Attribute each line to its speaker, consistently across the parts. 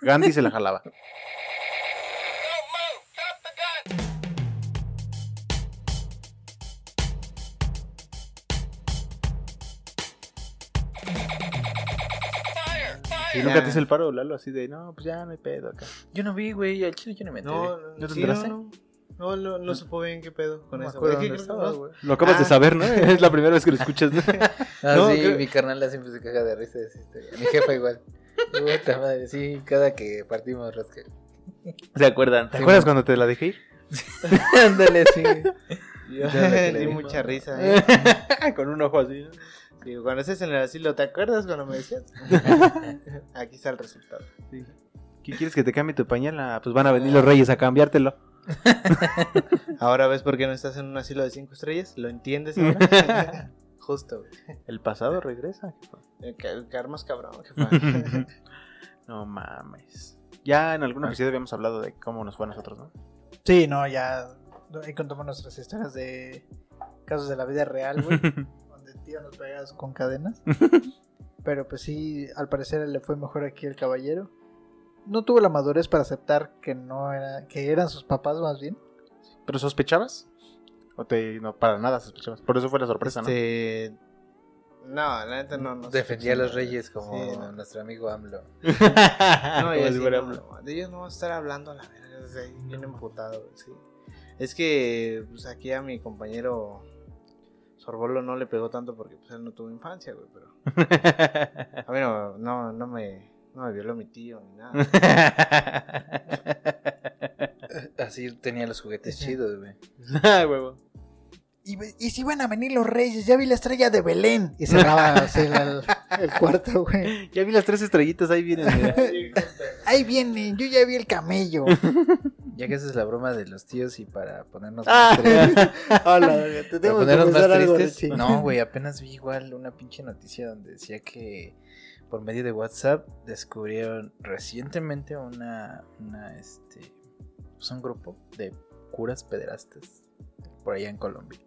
Speaker 1: Gandhi se la jalaba. ¿Y
Speaker 2: Ya.
Speaker 1: nunca te hice el paro, Lalo? Así de, no, pues ya no hay pedo acá.
Speaker 2: Yo no vi, güey, al chile yo no me enteré.
Speaker 3: No,
Speaker 1: ¿eh? ¿No te
Speaker 3: sí,
Speaker 1: enteraste?
Speaker 3: No, no, no, no supo bien qué pedo con
Speaker 1: No me
Speaker 3: eso.
Speaker 1: acuerdo
Speaker 3: Es que
Speaker 1: dónde
Speaker 3: creo-
Speaker 1: estaba,
Speaker 3: no-
Speaker 1: güey. Lo acabas de
Speaker 3: Ah.
Speaker 1: saber, ¿no? Es la primera vez que lo escuchas, ¿no?
Speaker 2: Ah,
Speaker 3: No,
Speaker 2: sí,
Speaker 3: creo-
Speaker 2: mi carnal siempre se caga de risa de esa historia. Este, Mi jefa igual. Puta madre, sí, cada que partimos rasca.
Speaker 1: ¿Se acuerdan? ¿Te
Speaker 2: Sí,
Speaker 1: acuerdas
Speaker 2: güey.
Speaker 1: cuando te la dejé ir?
Speaker 2: Ándale, sí.
Speaker 3: Yo
Speaker 2: Ya la que
Speaker 3: di
Speaker 2: le di,
Speaker 3: mucha
Speaker 2: ¿no?
Speaker 3: risa. eh.
Speaker 1: Ah, Con un ojo así, ¿no?
Speaker 3: Sí, cuando estés en el asilo, ¿te acuerdas cuando me decías? Aquí está el resultado.
Speaker 1: ¿Qué quieres que te cambie tu pañal? Ah, pues van a venir los reyes a cambiártelo.
Speaker 3: Ahora ves por qué no estás en un asilo de cinco estrellas. ¿Lo entiendes ahora? Justo, güey.
Speaker 1: El pasado regresa.
Speaker 3: El ca- el karma es cabrón, jefa.
Speaker 1: No mames. Ya en algún episodio habíamos hablado de cómo nos fue a nosotros, ¿no?
Speaker 4: Sí, no, ya. Ahí contamos nuestras historias de casos de la vida real, güey. donde el tío nos pegas con cadenas. Pero pues sí, al parecer le fue mejor aquí el caballero. No tuvo la madurez para aceptar que no era, que eran sus papás más bien.
Speaker 1: ¿Pero sospechabas? O te, no, para nada sospechabas. Por eso fue la sorpresa, ¿no?
Speaker 3: Este, No, la neta no. no
Speaker 2: Defendía a los reyes como
Speaker 3: Sí, no.
Speaker 2: nuestro amigo AMLO.
Speaker 3: No,
Speaker 1: no,
Speaker 3: y
Speaker 1: ya
Speaker 3: así,
Speaker 1: sí,
Speaker 3: no, no, de ellos no voy a estar hablando a la verga, desde ahí bien emputado, güey, sí. Es que pues, aquí a mi compañero Sorbolo no le pegó tanto porque pues, él no tuvo infancia, güey, pero a mí no, no, no me, no me violó mi tío ni nada.
Speaker 2: Así tenía los juguetes chidos, güey.
Speaker 1: Ah, huevo.
Speaker 4: Y, ve- y si van a venir los reyes, ya vi la estrella de Belén. Y cerraba así el, el cuarto, güey.
Speaker 1: Ya vi las tres estrellitas, ahí vienen. mira.
Speaker 4: Ahí viene, yo ya vi el camello.
Speaker 2: Ya que esa es la broma de los tíos y para ponernos
Speaker 1: Ah.
Speaker 2: más tristes.
Speaker 4: Hola, güey, Ah, te
Speaker 2: Para
Speaker 4: tengo que
Speaker 2: ponernos más
Speaker 4: confesar algo,
Speaker 2: tristes.
Speaker 4: Richie.
Speaker 2: No, güey, apenas vi igual una pinche noticia donde decía que por medio de WhatsApp descubrieron recientemente una, una este, pues un grupo de curas pederastas por allá en Colombia.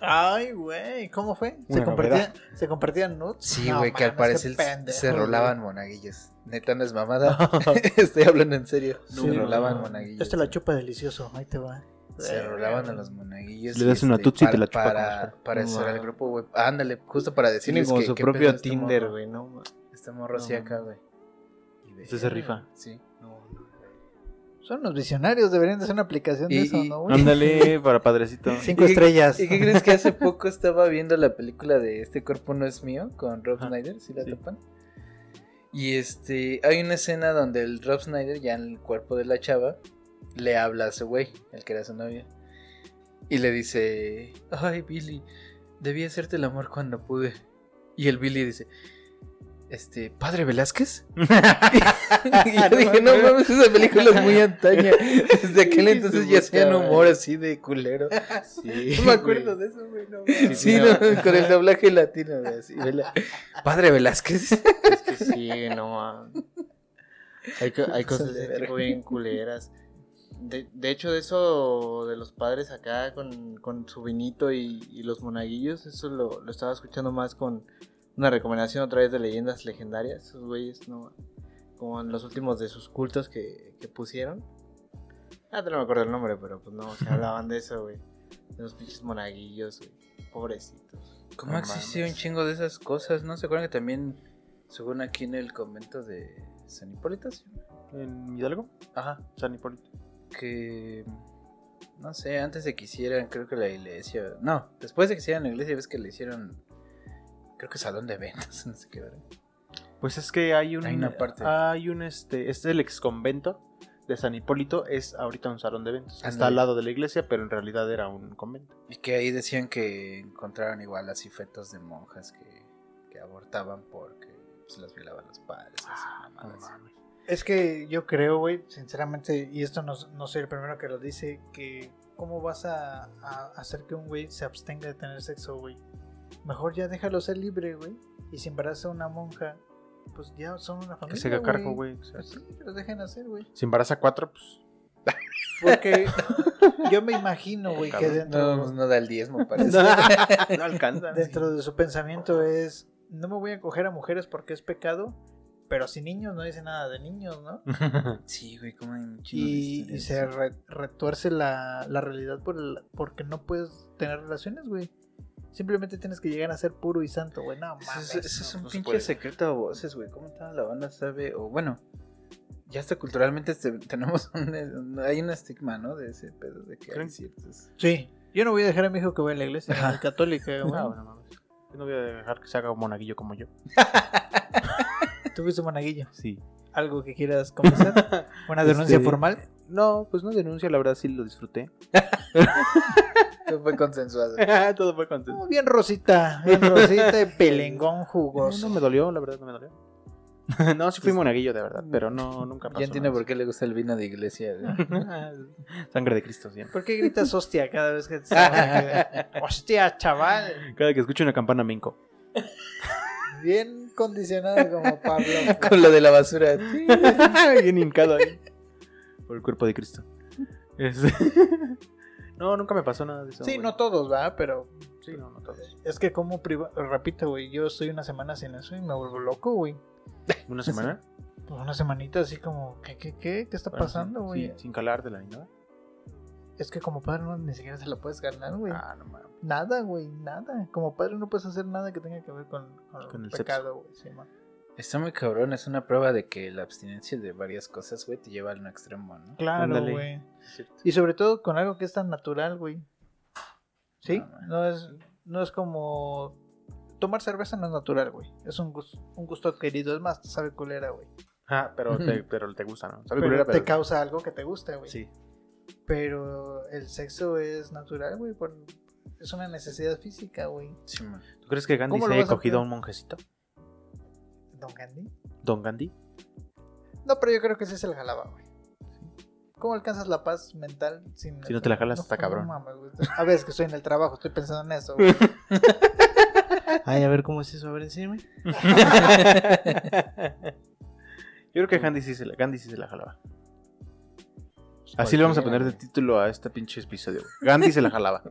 Speaker 4: Ay, güey, ¿cómo fue? ¿Se
Speaker 1: Una
Speaker 4: compartían, ¿Se compartían nudes?
Speaker 2: Sí,
Speaker 4: No
Speaker 2: güey, que al
Speaker 4: mames, qué
Speaker 2: parecer
Speaker 4: pendejo,
Speaker 2: se
Speaker 4: güey.
Speaker 2: rolaban monaguillos. Neta, no es mamada. Estoy hablando en serio.
Speaker 4: Sí,
Speaker 2: se
Speaker 4: no,
Speaker 2: rolaban
Speaker 4: no, no.
Speaker 2: monaguillos.
Speaker 4: Este la chupa delicioso, ahí te va.
Speaker 2: Se rolaban a los monaguillos.
Speaker 1: Le
Speaker 2: y,
Speaker 1: das una
Speaker 2: este,
Speaker 1: tutsi y te
Speaker 2: para-
Speaker 1: la chupa como si
Speaker 2: Para,
Speaker 1: fuera.
Speaker 2: para eso era el
Speaker 3: Wow.
Speaker 2: grupo, güey. Ándale, justo para
Speaker 3: Tiene
Speaker 2: decirles
Speaker 3: como
Speaker 2: que-
Speaker 3: su
Speaker 2: qué pedo
Speaker 3: propio
Speaker 2: este
Speaker 3: Tinder,
Speaker 2: morro.
Speaker 3: güey, no, ma-
Speaker 2: Este morro así
Speaker 3: No,
Speaker 2: acá,
Speaker 3: no.
Speaker 2: güey. Y
Speaker 1: Este se
Speaker 2: verga,
Speaker 1: rifa.
Speaker 2: Sí.
Speaker 3: no, no.
Speaker 4: Son los visionarios, deberían de hacer una aplicación de
Speaker 2: Y-
Speaker 4: eso,
Speaker 2: y-
Speaker 4: ¿no, güey?
Speaker 1: Ándale, para padrecito.
Speaker 4: Cinco
Speaker 2: ¿Y qué-
Speaker 4: estrellas.
Speaker 2: ¿Y qué crees que hace poco estaba viendo la película de Este cuerpo no es mío con Rob
Speaker 1: Ajá,
Speaker 2: Snyder, si la
Speaker 1: sí.
Speaker 2: topan? Y este, hay una escena donde el Rob Snyder, ya en el cuerpo de la chava, le habla a su güey, el que era su novia. Y le dice, ay Billy, debí hacerte el amor cuando pude. Y el Billy dice, este, ¿Padre Velázquez? y yo dije, no mames, esa película es muy antaña. Desde aquel
Speaker 3: Sí,
Speaker 2: entonces
Speaker 3: se
Speaker 2: ya hacían
Speaker 3: buscaba. ¿eh?
Speaker 2: humor así de culero.
Speaker 3: Ah, Sí,
Speaker 2: No me acuerdo de eso, güey. No, mames. sí, no, con el doblaje latino, güey. así, vela- Padre Velázquez.
Speaker 3: Es que sí, güey, no ma. Hay, co- hay cosas de ese tipo bien culeras. De, de hecho, de eso de los padres acá con, con su vinito y, y los monaguillos, eso lo, lo estaba escuchando más con una recomendación otra vez de leyendas legendarias. Esos güeyes, no ma. Como en los últimos de sus cultos que, que pusieron. Ah, no me acuerdo el nombre, pero pues no, se hablaban de eso, güey. De los pinches monaguillos, güey. Pobrecitos.
Speaker 2: ¿Cómo
Speaker 1: No
Speaker 2: existió
Speaker 1: mames.
Speaker 2: un chingo de esas cosas? ¿No se acuerdan que también, según aquí en el convento de San Hipólito, sí?
Speaker 1: ¿En Hidalgo?
Speaker 2: Ajá.
Speaker 1: San Hipólito.
Speaker 2: Que. No sé, antes de que hicieran, creo que la iglesia. No, después de que hicieran la iglesia, ves que le hicieron. Creo que salón de eventos, no sé qué, ¿verdad?
Speaker 1: Pues es que hay un.
Speaker 2: Hay una parte.
Speaker 1: Hay un este. Es el ex convento de San Hipólito. Es ahorita un salón de eventos. Está
Speaker 2: Ándale.
Speaker 1: al lado de la iglesia, pero en realidad era un convento.
Speaker 2: Y que ahí decían que encontraron igual así fetos de monjas que, que abortaban porque pues, las violaban los padres. así, mamadas.
Speaker 4: Es que yo creo, güey, sinceramente, y esto no, no soy el primero que lo dice, que cómo vas a, a hacer que un güey se abstenga de tener sexo, güey. Mejor ya déjalo ser libre, güey. Y si embaraza a una monja, pues ya son una familia.
Speaker 1: Que se haga cargo, güey. o sea,
Speaker 4: Pues sí, que los dejen hacer, güey.
Speaker 1: Si embaraza cuatro, pues.
Speaker 4: Porque yo me imagino, güey, que
Speaker 1: Cabrón.
Speaker 4: dentro,
Speaker 2: no, pues, no da el diezmo, parece.
Speaker 1: No alcanza.
Speaker 4: dentro de su pensamiento es, no me voy a coger a mujeres porque es pecado, Pero sin niños no dice nada de niños, ¿no?
Speaker 2: Sí, güey, como hay un chingo de
Speaker 4: Y, y
Speaker 2: historias.
Speaker 4: se re- retuerce la, la realidad por el- porque no puedes tener relaciones, güey. Simplemente tienes que llegar a ser puro y santo, güey. No pues,
Speaker 2: Eso
Speaker 4: mames.
Speaker 2: es, eso es
Speaker 1: no,
Speaker 2: un
Speaker 1: no se
Speaker 2: pinche
Speaker 1: puede.
Speaker 2: secreto de voces, güey. ¿Cómo toda la banda sabe? O bueno, ya hasta culturalmente este- tenemos un, un- hay un estigma, ¿no? De ese pedo de que hay
Speaker 1: Creo-
Speaker 2: ciertos...
Speaker 4: Sí. Yo no voy a dejar a mi hijo que vaya a la iglesia
Speaker 2: Ajá.
Speaker 4: a la católica, güey.
Speaker 1: No, no Ah, mames. Yo no voy a dejar que se haga un monaguillo como yo.
Speaker 4: Tuviste un monaguillo.
Speaker 1: Sí.
Speaker 4: ¿Algo que quieras confesar? ¿Una denuncia
Speaker 1: Este-
Speaker 4: formal?
Speaker 1: No, pues no denuncia, la verdad sí lo disfruté.
Speaker 2: Todo fue consensuado.
Speaker 1: Todo fue contento.
Speaker 4: Oh, bien rosita, bien rosita y pelengón
Speaker 1: No,
Speaker 4: jugoso.
Speaker 1: no me dolió, la verdad no me dolió. no, sí fui monaguillo de verdad, pero no, nunca pasó.
Speaker 2: ya entiendo
Speaker 1: nada.
Speaker 2: por qué le gusta el vino de iglesia. güey.
Speaker 1: Sangre de Cristo, siempre.
Speaker 4: ¿Por qué gritas hostia cada vez que te Hostia, chaval.
Speaker 1: Cada que escucho una campana me hinco.
Speaker 4: Bien condicionado como Pablo.
Speaker 2: Con lo de la basura.
Speaker 1: Bien hincado ahí. Por el cuerpo de Cristo. Este- no, nunca me pasó nada de eso.
Speaker 4: Sí,
Speaker 1: güey.
Speaker 4: no todos, ¿verdad? Pero
Speaker 1: Sí, no, no todos.
Speaker 4: es que como priva... Repito, güey, yo estoy una semana sin eso y me vuelvo loco, güey.
Speaker 1: ¿Una semana?
Speaker 4: Pues una semanita así como, ¿qué, qué, qué? ¿Qué está
Speaker 1: Bueno,
Speaker 4: pasando,
Speaker 1: sí,
Speaker 4: güey?
Speaker 1: sí, sin calártela ni nada.
Speaker 4: Es que como padre no, ni siquiera se la puedes ganar, güey.
Speaker 1: Ah, no mames.
Speaker 4: Nada, güey, nada. Como padre no puedes hacer nada que tenga que ver con, con,
Speaker 1: Con
Speaker 4: el
Speaker 1: el sexo.
Speaker 4: pecado, güey. Sí, man.
Speaker 2: Está muy cabrón, es una prueba de que la abstinencia de varias cosas, güey, te lleva al extremo, ¿no?
Speaker 4: Claro,
Speaker 1: Ándale.
Speaker 4: güey.
Speaker 1: Es cierto.
Speaker 4: Y sobre todo con algo que es tan natural, güey. ¿Sí?
Speaker 2: Ah,
Speaker 4: No es, no es como... Tomar cerveza no es natural, güey. Es un gusto, un gusto adquirido. Es más, te sabe culera, güey.
Speaker 1: Ah, pero te,
Speaker 2: Ujú.
Speaker 1: pero te gusta, ¿no? Sabe
Speaker 4: Pero
Speaker 1: culera,
Speaker 4: te causa algo que te gusta, güey.
Speaker 1: Sí.
Speaker 4: Pero el sexo es natural, güey. por- Es una necesidad física, güey.
Speaker 2: Sí, man.
Speaker 1: ¿Tú crees que Gandhi
Speaker 4: ¿Cómo
Speaker 1: se
Speaker 4: lo
Speaker 1: haya
Speaker 4: vas a
Speaker 1: cogido a
Speaker 4: hacer?
Speaker 1: un monjecito?
Speaker 4: Don Gandhi.
Speaker 1: ¿Don Gandhi?
Speaker 4: No, pero yo creo que sí se la jalaba, güey. ¿Cómo alcanzas la paz mental sin...
Speaker 1: Si no te la jalas, está cabrón.
Speaker 4: mames, güey. a ver, es que estoy en el trabajo, estoy pensando en eso, güey.
Speaker 3: Ay, a ver cómo es eso, a ver, enséñame.
Speaker 1: Yo creo que Gandhi sí se la, Gandhi sí se la jalaba. Así le vamos a poner de título a este pinche episodio. güey. Gandhi se la jalaba.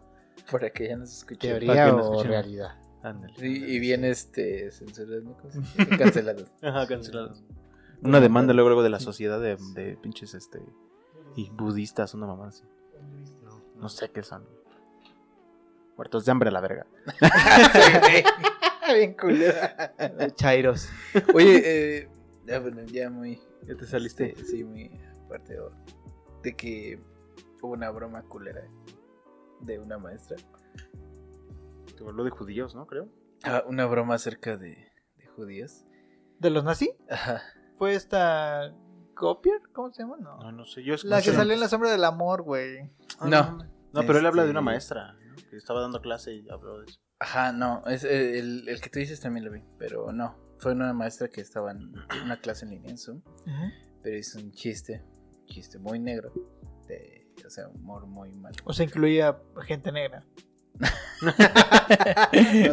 Speaker 2: Para que ya nos escuche.
Speaker 1: Para que
Speaker 3: Teoría
Speaker 1: no
Speaker 3: o
Speaker 1: escuchen.
Speaker 3: realidad.
Speaker 1: Ándale.
Speaker 2: Y, y bien, este, censurado, ¿no? ¿Cómo se dice? Cancelado.
Speaker 1: Ajá, cancelados. Una demanda luego, luego de la sociedad de, de pinches este y budistas, una mamá así. No sé qué son. Muertos de hambre a la verga.
Speaker 2: bien culero.
Speaker 3: Eh, Chairos.
Speaker 2: Oye, eh, ya, bueno, ya muy.
Speaker 1: Ya te saliste.
Speaker 2: este, sí, muy aparte o- de que hubo una broma culera de una maestra.
Speaker 1: Te habló de judíos, ¿no? Creo.
Speaker 2: Ah, una broma acerca de, de judíos.
Speaker 4: ¿De los nazis?
Speaker 2: Ajá.
Speaker 4: ¿Fue esta Copier? ¿Cómo se llama? No.
Speaker 1: No, no sé. Yo
Speaker 4: La que
Speaker 1: escuché-
Speaker 4: salió en la sombra del amor, güey.
Speaker 1: Ah,
Speaker 2: No.
Speaker 1: No, pero él habla de
Speaker 2: Este-
Speaker 1: una maestra ¿no? que estaba dando clase y habló de eso.
Speaker 2: Ajá, no, es eh, el, el que tú dices también lo vi, pero no. Fue una maestra que estaba en una clase en línea en Zoom, pero hizo un chiste, un chiste muy negro, de, o sea, humor muy mal.
Speaker 4: O sea, incluía gente negra.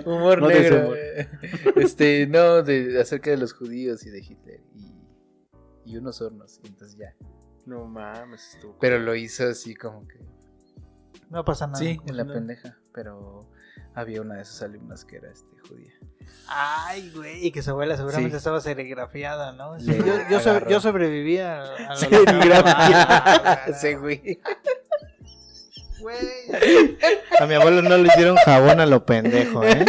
Speaker 2: humor
Speaker 1: no te
Speaker 2: negro. eh.
Speaker 1: sé
Speaker 2: Este, no, de, acerca de los judíos y de Hitler y, y unos hornos, y entonces ya.
Speaker 1: No mames, estuvo.
Speaker 2: Pero lo hizo así como que.
Speaker 4: No pasa nada.
Speaker 2: sí, en la
Speaker 4: Ah, No.
Speaker 2: pendeja, pero había una de sus alumnas que era este judía.
Speaker 4: Ay, güey. Y que su abuela seguramente
Speaker 2: Sí.
Speaker 4: estaba serigrafiada, ¿no?
Speaker 2: Sí,
Speaker 4: yo, yo, sobre-
Speaker 2: agarró.
Speaker 4: yo sobreviví a, a la- Ah,
Speaker 2: Serigrafía. Sí, güey.
Speaker 4: Güey.
Speaker 3: A mi abuelo no le hicieron jabón a lo pendejo, ¿eh?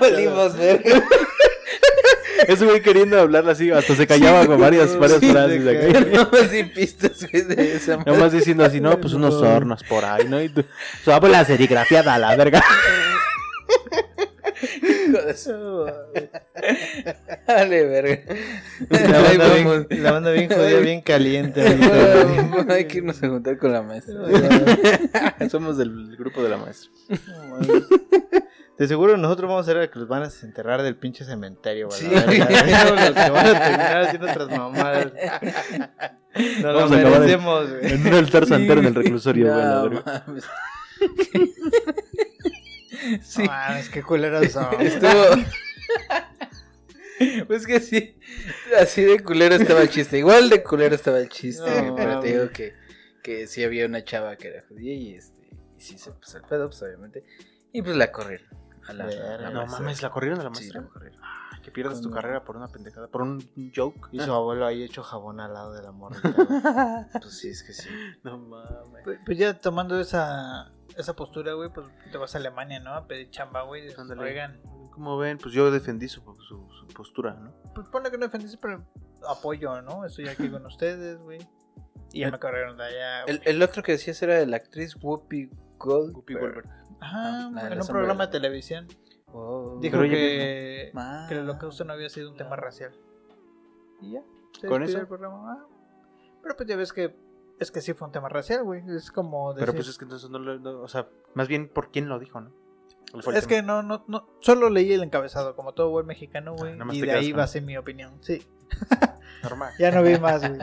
Speaker 2: Valimos verga.
Speaker 1: Ese güey queriendo hablarla así, hasta se callaba con varias, varias
Speaker 2: Sí,
Speaker 1: frases.
Speaker 2: de
Speaker 1: acá.
Speaker 2: que- No más sin pistas, güey, de esa madre.
Speaker 1: Nomás diciendo así, no, pues unos hornos por ahí, ¿no? Y tú, su abuela serigrafiada a la verga.
Speaker 2: Dale, verga.
Speaker 3: La
Speaker 2: Ahí
Speaker 3: banda,
Speaker 2: vamos.
Speaker 3: bien, la banda bien jodida, bien caliente. ahorita, güey.
Speaker 2: Bueno, Hay que irnos a juntar con la maestra.
Speaker 1: Somos del grupo de la maestra.
Speaker 3: De seguro nosotros vamos a ser los que los van a desenterrar del pinche cementerio, güey.
Speaker 2: Sí.
Speaker 3: la verga. Los que van a terminar haciendo otras mamadas. No lo
Speaker 1: Vamos a acabar en-
Speaker 3: merecemos, güey.
Speaker 1: En un altar santero en el reclusorio, güey. la
Speaker 2: No,
Speaker 1: verga.
Speaker 2: mames.
Speaker 4: No
Speaker 2: Sí,
Speaker 4: mames, qué culeros son.
Speaker 2: estuvo. Pues que sí, así de culero estaba el chiste. Igual de culero estaba el chiste,
Speaker 4: No,
Speaker 2: güey, pero te digo que, que sí había una chava que era judía y este y sí se puso el pedo, pues obviamente. Y pues la corrieron. A la, a la
Speaker 3: Verga.
Speaker 1: No
Speaker 2: maestra.
Speaker 1: mames, la corrieron a la
Speaker 2: Sí,
Speaker 1: maestra.
Speaker 2: la corrieron.
Speaker 1: Ah, que pierdas tu
Speaker 2: Con-
Speaker 1: carrera por una pendejada, por un joke.
Speaker 3: Y su abuelo ahí hecho jabón al lado de la morrita. güey.
Speaker 2: Pues sí, es que sí.
Speaker 1: No mames.
Speaker 4: Pues, pues ya tomando esa, esa postura, güey, pues te vas a Alemania, ¿no? A pedir chamba, güey. dices,
Speaker 1: Ándale.
Speaker 4: Oigan,
Speaker 1: Como ven, pues yo defendí su, su, su postura, ¿no?
Speaker 4: pues ponle que no defendiste, pero apoyo, ¿no? Estoy aquí con ustedes, güey. Y ya me corrieron de allá. güey.
Speaker 2: El, el otro que decías era de la actriz Whoopi Goldberg.
Speaker 1: Guppy Wolver.
Speaker 4: Ajá,
Speaker 2: Ah, la de
Speaker 4: en
Speaker 2: la
Speaker 4: un
Speaker 2: sombra
Speaker 4: programa
Speaker 2: de la-
Speaker 4: de televisión.
Speaker 2: Wow.
Speaker 4: Dijo
Speaker 1: Pero ella
Speaker 4: que,
Speaker 2: Ma-
Speaker 4: que el holocausto no había sido un tema racial. Y ya. se
Speaker 1: ¿Con
Speaker 4: despidió
Speaker 1: eso?
Speaker 4: el programa. Ah, Pero pues ya ves que es que sí fue un tema racial, güey. Es como decir...
Speaker 1: Pero pues es que entonces no lo. no- o sea, más bien por quién lo dijo, ¿no? ¿Cuál fue el
Speaker 4: Es
Speaker 1: tema?
Speaker 4: que no, no, no, solo leí el encabezado, como todo buen mexicano,
Speaker 1: Ah,
Speaker 4: güey.
Speaker 1: nomás
Speaker 4: y
Speaker 1: te
Speaker 4: de
Speaker 1: quedas
Speaker 4: ahí
Speaker 1: con-
Speaker 4: va a ser mi opinión. Sí,
Speaker 1: Normal.
Speaker 4: ya no vi más, güey.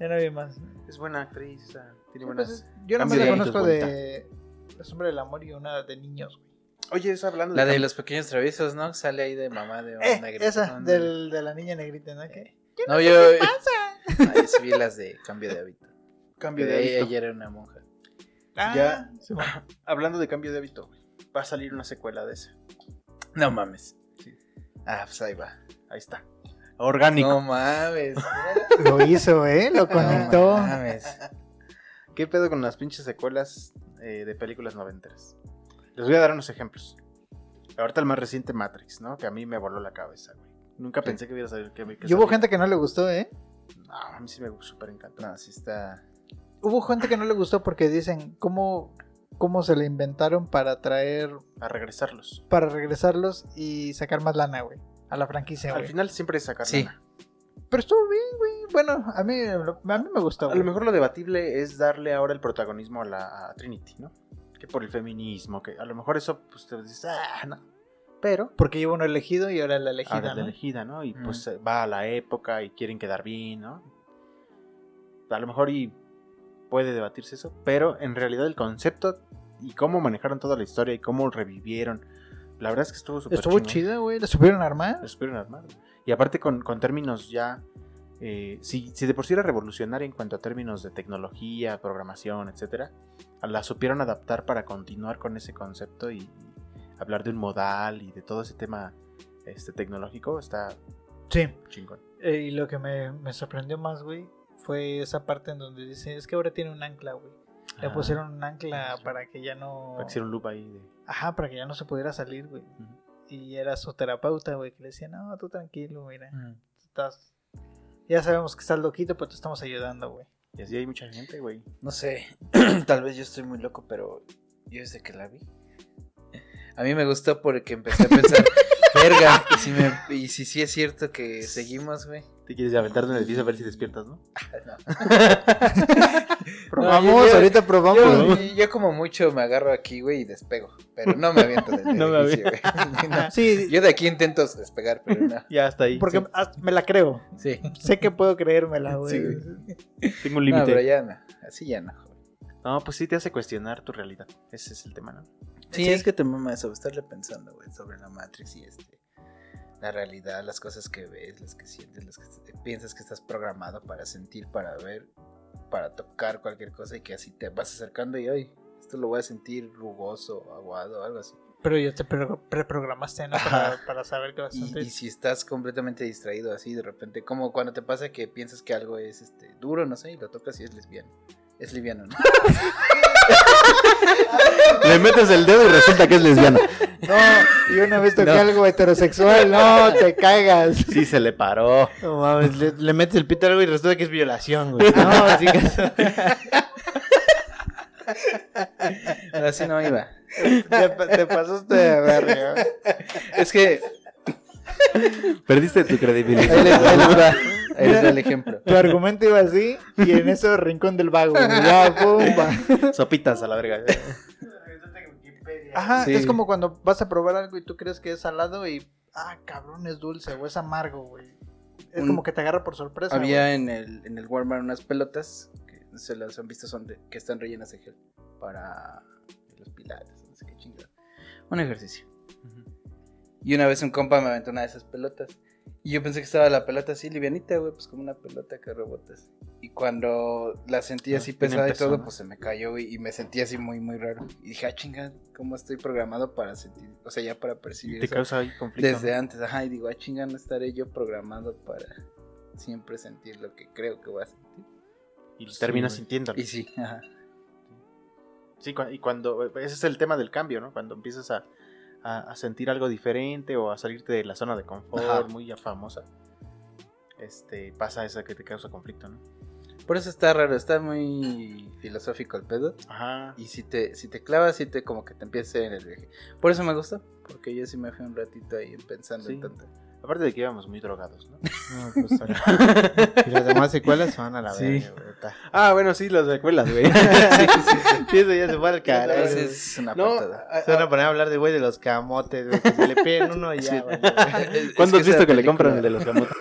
Speaker 4: Ya no vi más.
Speaker 1: Es buena actriz, o sea, tiene buenas.
Speaker 3: pues
Speaker 4: Entonces, yo nomás
Speaker 1: Cambio
Speaker 4: la
Speaker 1: de
Speaker 4: conozco
Speaker 1: hábitos,
Speaker 4: de La sombra del amor y una de niños, güey.
Speaker 1: Oye, es hablando
Speaker 2: La de los pequeños traviesos, ¿no? Sale ahí de mamá de una
Speaker 4: Eh,
Speaker 2: negrita.
Speaker 4: esa,
Speaker 2: Ándale.
Speaker 4: del, de la niña negrita, ¿no? Que-
Speaker 2: No, yo. Ahí sí vi las de cambio de hábito.
Speaker 1: cambio de
Speaker 2: Ella,
Speaker 1: hábito.
Speaker 2: ella era una monja.
Speaker 1: Ya.
Speaker 4: sí, bueno.
Speaker 1: Hablando de cambio de hábito, güey, va a salir una secuela de esa.
Speaker 2: No mames.
Speaker 1: Sí.
Speaker 2: Ah, pues ahí va.
Speaker 1: Ahí está. Orgánico.
Speaker 2: No mames.
Speaker 4: Lo hizo, ¿eh? Lo
Speaker 2: No
Speaker 4: conectó.
Speaker 2: mames.
Speaker 1: ¿Qué pedo con las pinches secuelas eh, de películas noventeras? Les voy a dar unos ejemplos. Ahorita el más reciente Matrix, ¿no? Que a mí me voló la cabeza, güey. Nunca pensé que hubiera salido. Que, que
Speaker 4: Y hubo
Speaker 1: saliera.
Speaker 4: gente que no le gustó, ¿eh?
Speaker 1: No, a mí sí me súper encantó.
Speaker 2: No, sí está.
Speaker 4: Hubo gente que no le gustó porque dicen, ¿cómo, cómo se le inventaron para traer,
Speaker 1: A regresarlos.
Speaker 4: para regresarlos y sacar más lana, güey? A la franquicia,
Speaker 1: Al
Speaker 4: güey.
Speaker 1: final siempre es sacar
Speaker 2: Sí.
Speaker 1: lana.
Speaker 4: Pero estuvo bien, güey. Bueno, a mí, a mí me gustó.
Speaker 1: A
Speaker 4: güey.
Speaker 1: lo mejor lo debatible es darle ahora el protagonismo a la a Trinity, ¿no? Que por el feminismo, que a lo mejor eso, pues te dices, ah, no. Pero,
Speaker 4: Porque lleva uno elegido y ahora la elegida,
Speaker 1: ahora es la
Speaker 4: ¿no?
Speaker 1: elegida, ¿no? Y
Speaker 2: Mm.
Speaker 1: pues eh, va a la época y quieren quedar bien, ¿no? A lo mejor y puede debatirse eso, pero en realidad el concepto y cómo manejaron toda la historia y cómo revivieron, la verdad es que estuvo súper
Speaker 4: Estuvo
Speaker 1: chingón.
Speaker 4: chida, güey. La supieron armar.
Speaker 1: Lo supieron armar. Y aparte con, con términos ya... eh, si, si de por sí era revolucionaria en cuanto a términos de tecnología, programación, etcétera, la supieron adaptar para continuar con ese concepto y hablar de un modal y de todo ese tema este, tecnológico, está
Speaker 4: Sí.
Speaker 1: chingón.
Speaker 4: Eh, y lo que me, me sorprendió más, güey, fue esa parte en donde dice, es que ahora tiene un ancla, güey. Le pusieron un ancla
Speaker 1: Ah. sí.
Speaker 4: para que ya no...
Speaker 1: Para que hiciera un loop ahí de-
Speaker 4: Ajá, para que ya no se pudiera salir, güey. Y era su terapeuta, güey, que le decía, no, tú tranquilo, mira. tú Estás... Ya sabemos que estás loquito, pero te estamos ayudando, güey.
Speaker 1: Y así hay mucha gente, güey.
Speaker 2: No sé, tal vez yo estoy muy loco, pero yo desde que la vi. A mí me gustó porque empecé a pensar, verga, y si, me- y si sí es cierto que seguimos, güey.
Speaker 1: Te quieres aventarte en el piso a ver si despiertas, ¿no?
Speaker 2: Probamos, No, yo- yo- ahorita
Speaker 1: probamos.
Speaker 2: Yo, yo como mucho me agarro aquí, güey, y despego, pero no me aviento del
Speaker 1: No me
Speaker 2: edificio, güey. No.
Speaker 4: Sí,
Speaker 2: Yo de aquí intento despegar, pero no.
Speaker 1: Ya hasta ahí.
Speaker 4: porque
Speaker 1: Sí,
Speaker 4: ah, me la creo.
Speaker 2: Sí,
Speaker 4: Sé que puedo creérmela, güey.
Speaker 2: Sí, güey.
Speaker 1: tengo un
Speaker 2: no, pero
Speaker 1: límite.
Speaker 2: ya no, así ya no. joven.
Speaker 1: No, pues sí te hace cuestionar tu realidad. Ese es el tema, ¿no?
Speaker 2: Sí, es que te mama eso, estarle pensando, güey, sobre la Matrix y este. La realidad, las cosas que ves, las que sientes, las que te- piensas que estás programado para sentir, para ver, para tocar cualquier cosa y que así te vas acercando y hoy esto lo voy a sentir rugoso, aguado, algo así.
Speaker 4: Pero ya te pre- preprogramaste, ¿no? Para,
Speaker 2: Ajá.
Speaker 4: para saber qué vas a
Speaker 2: Y,
Speaker 4: sentir.
Speaker 2: y si estás completamente distraído así de repente, como cuando te pasa que piensas que algo es este duro, no sé, y lo tocas y es lesbiano. Es liviano, ¿no?
Speaker 1: Le metes el dedo y resulta que es lesbiana.
Speaker 4: No, y una vez toqué
Speaker 1: No.
Speaker 4: algo heterosexual, no, te cagas.
Speaker 1: Sí, se le paró.
Speaker 3: No mames, le, le metes el pito a algo y resulta que es violación, güey. No, así que-
Speaker 2: Pero así no iba.
Speaker 4: Te, pa- te pasaste de verga.
Speaker 2: Es que
Speaker 1: Perdiste tu credibilidad.
Speaker 2: ahí les, ahí les va, ahí les va el ejemplo.
Speaker 4: Tu argumento iba así y en eso rincón del vago. Ya, pumba.
Speaker 1: Sopitas a la verga.
Speaker 4: Ajá,
Speaker 2: Sí.
Speaker 4: es como cuando vas a probar algo y tú crees que es salado y ah, cabrón, es dulce o es amargo, güey. Es
Speaker 2: Un-
Speaker 4: como que te agarra por sorpresa. güey.
Speaker 2: Había en el, en el Walmart unas pelotas que no se las han visto, son de, que están rellenas de gel para los pilates, no sé qué chingada. Un ejercicio. Y una vez un compa me aventó una de esas pelotas Y yo pensé que estaba la pelota así livianita, güey, pues como una pelota que rebotas. Y cuando la sentí
Speaker 1: Ah,
Speaker 2: así
Speaker 1: bien
Speaker 2: pesada y
Speaker 1: empezó,
Speaker 2: todo,
Speaker 1: ¿no?
Speaker 2: pues se me cayó, güey, y me sentí así muy, muy raro. Y dije, ah, chinga, ¿cómo estoy programado para sentir? O sea, ya para percibir
Speaker 1: Te
Speaker 2: eso
Speaker 1: causa ahí conflicto.
Speaker 2: desde
Speaker 1: ¿no?
Speaker 2: antes. Ajá, y digo, ah, chinga, no estaré yo programado para siempre sentir lo que creo que voy a sentir.
Speaker 1: Y
Speaker 3: Sí,
Speaker 1: terminas
Speaker 3: güey.
Speaker 1: sintiéndolo.
Speaker 2: Y sí, ajá.
Speaker 1: Sí, cua- y cuando. e, Ese es el tema del cambio, ¿no? Cuando empiezas a, a- a sentir algo diferente o a salirte de la zona de confort
Speaker 2: Ajá.
Speaker 1: muy ya famosa. Este, pasa esa que te causa conflicto, ¿no?
Speaker 2: Por eso está raro, está muy filosófico el pedo.
Speaker 1: Ajá.
Speaker 2: Y si te, si te clavas, si te como que te empieza en el viaje. Por eso me gusta, porque yo sí me fui un ratito ahí pensando
Speaker 1: Sí.
Speaker 2: en tanto.
Speaker 1: Aparte de que íbamos muy drogados, ¿no?
Speaker 3: No, pues, ahora- y las demás secuelas se van a la
Speaker 1: Sí.
Speaker 3: verga, güey, ahorita.
Speaker 1: Ah, bueno, sí, las secuelas, güey. Sí, eso ya se fue al carajo.
Speaker 2: Esa es una
Speaker 1: No,
Speaker 2: patada.
Speaker 1: a- a-
Speaker 3: Se van a poner a hablar de, güey, de los camotes, güey, que se le peguen uno y ya,
Speaker 2: Sí.
Speaker 3: vale, güey.
Speaker 2: Es- es
Speaker 1: ¿Cuándo has
Speaker 2: esa
Speaker 1: visto que le
Speaker 2: película-
Speaker 1: compran el de los camotes?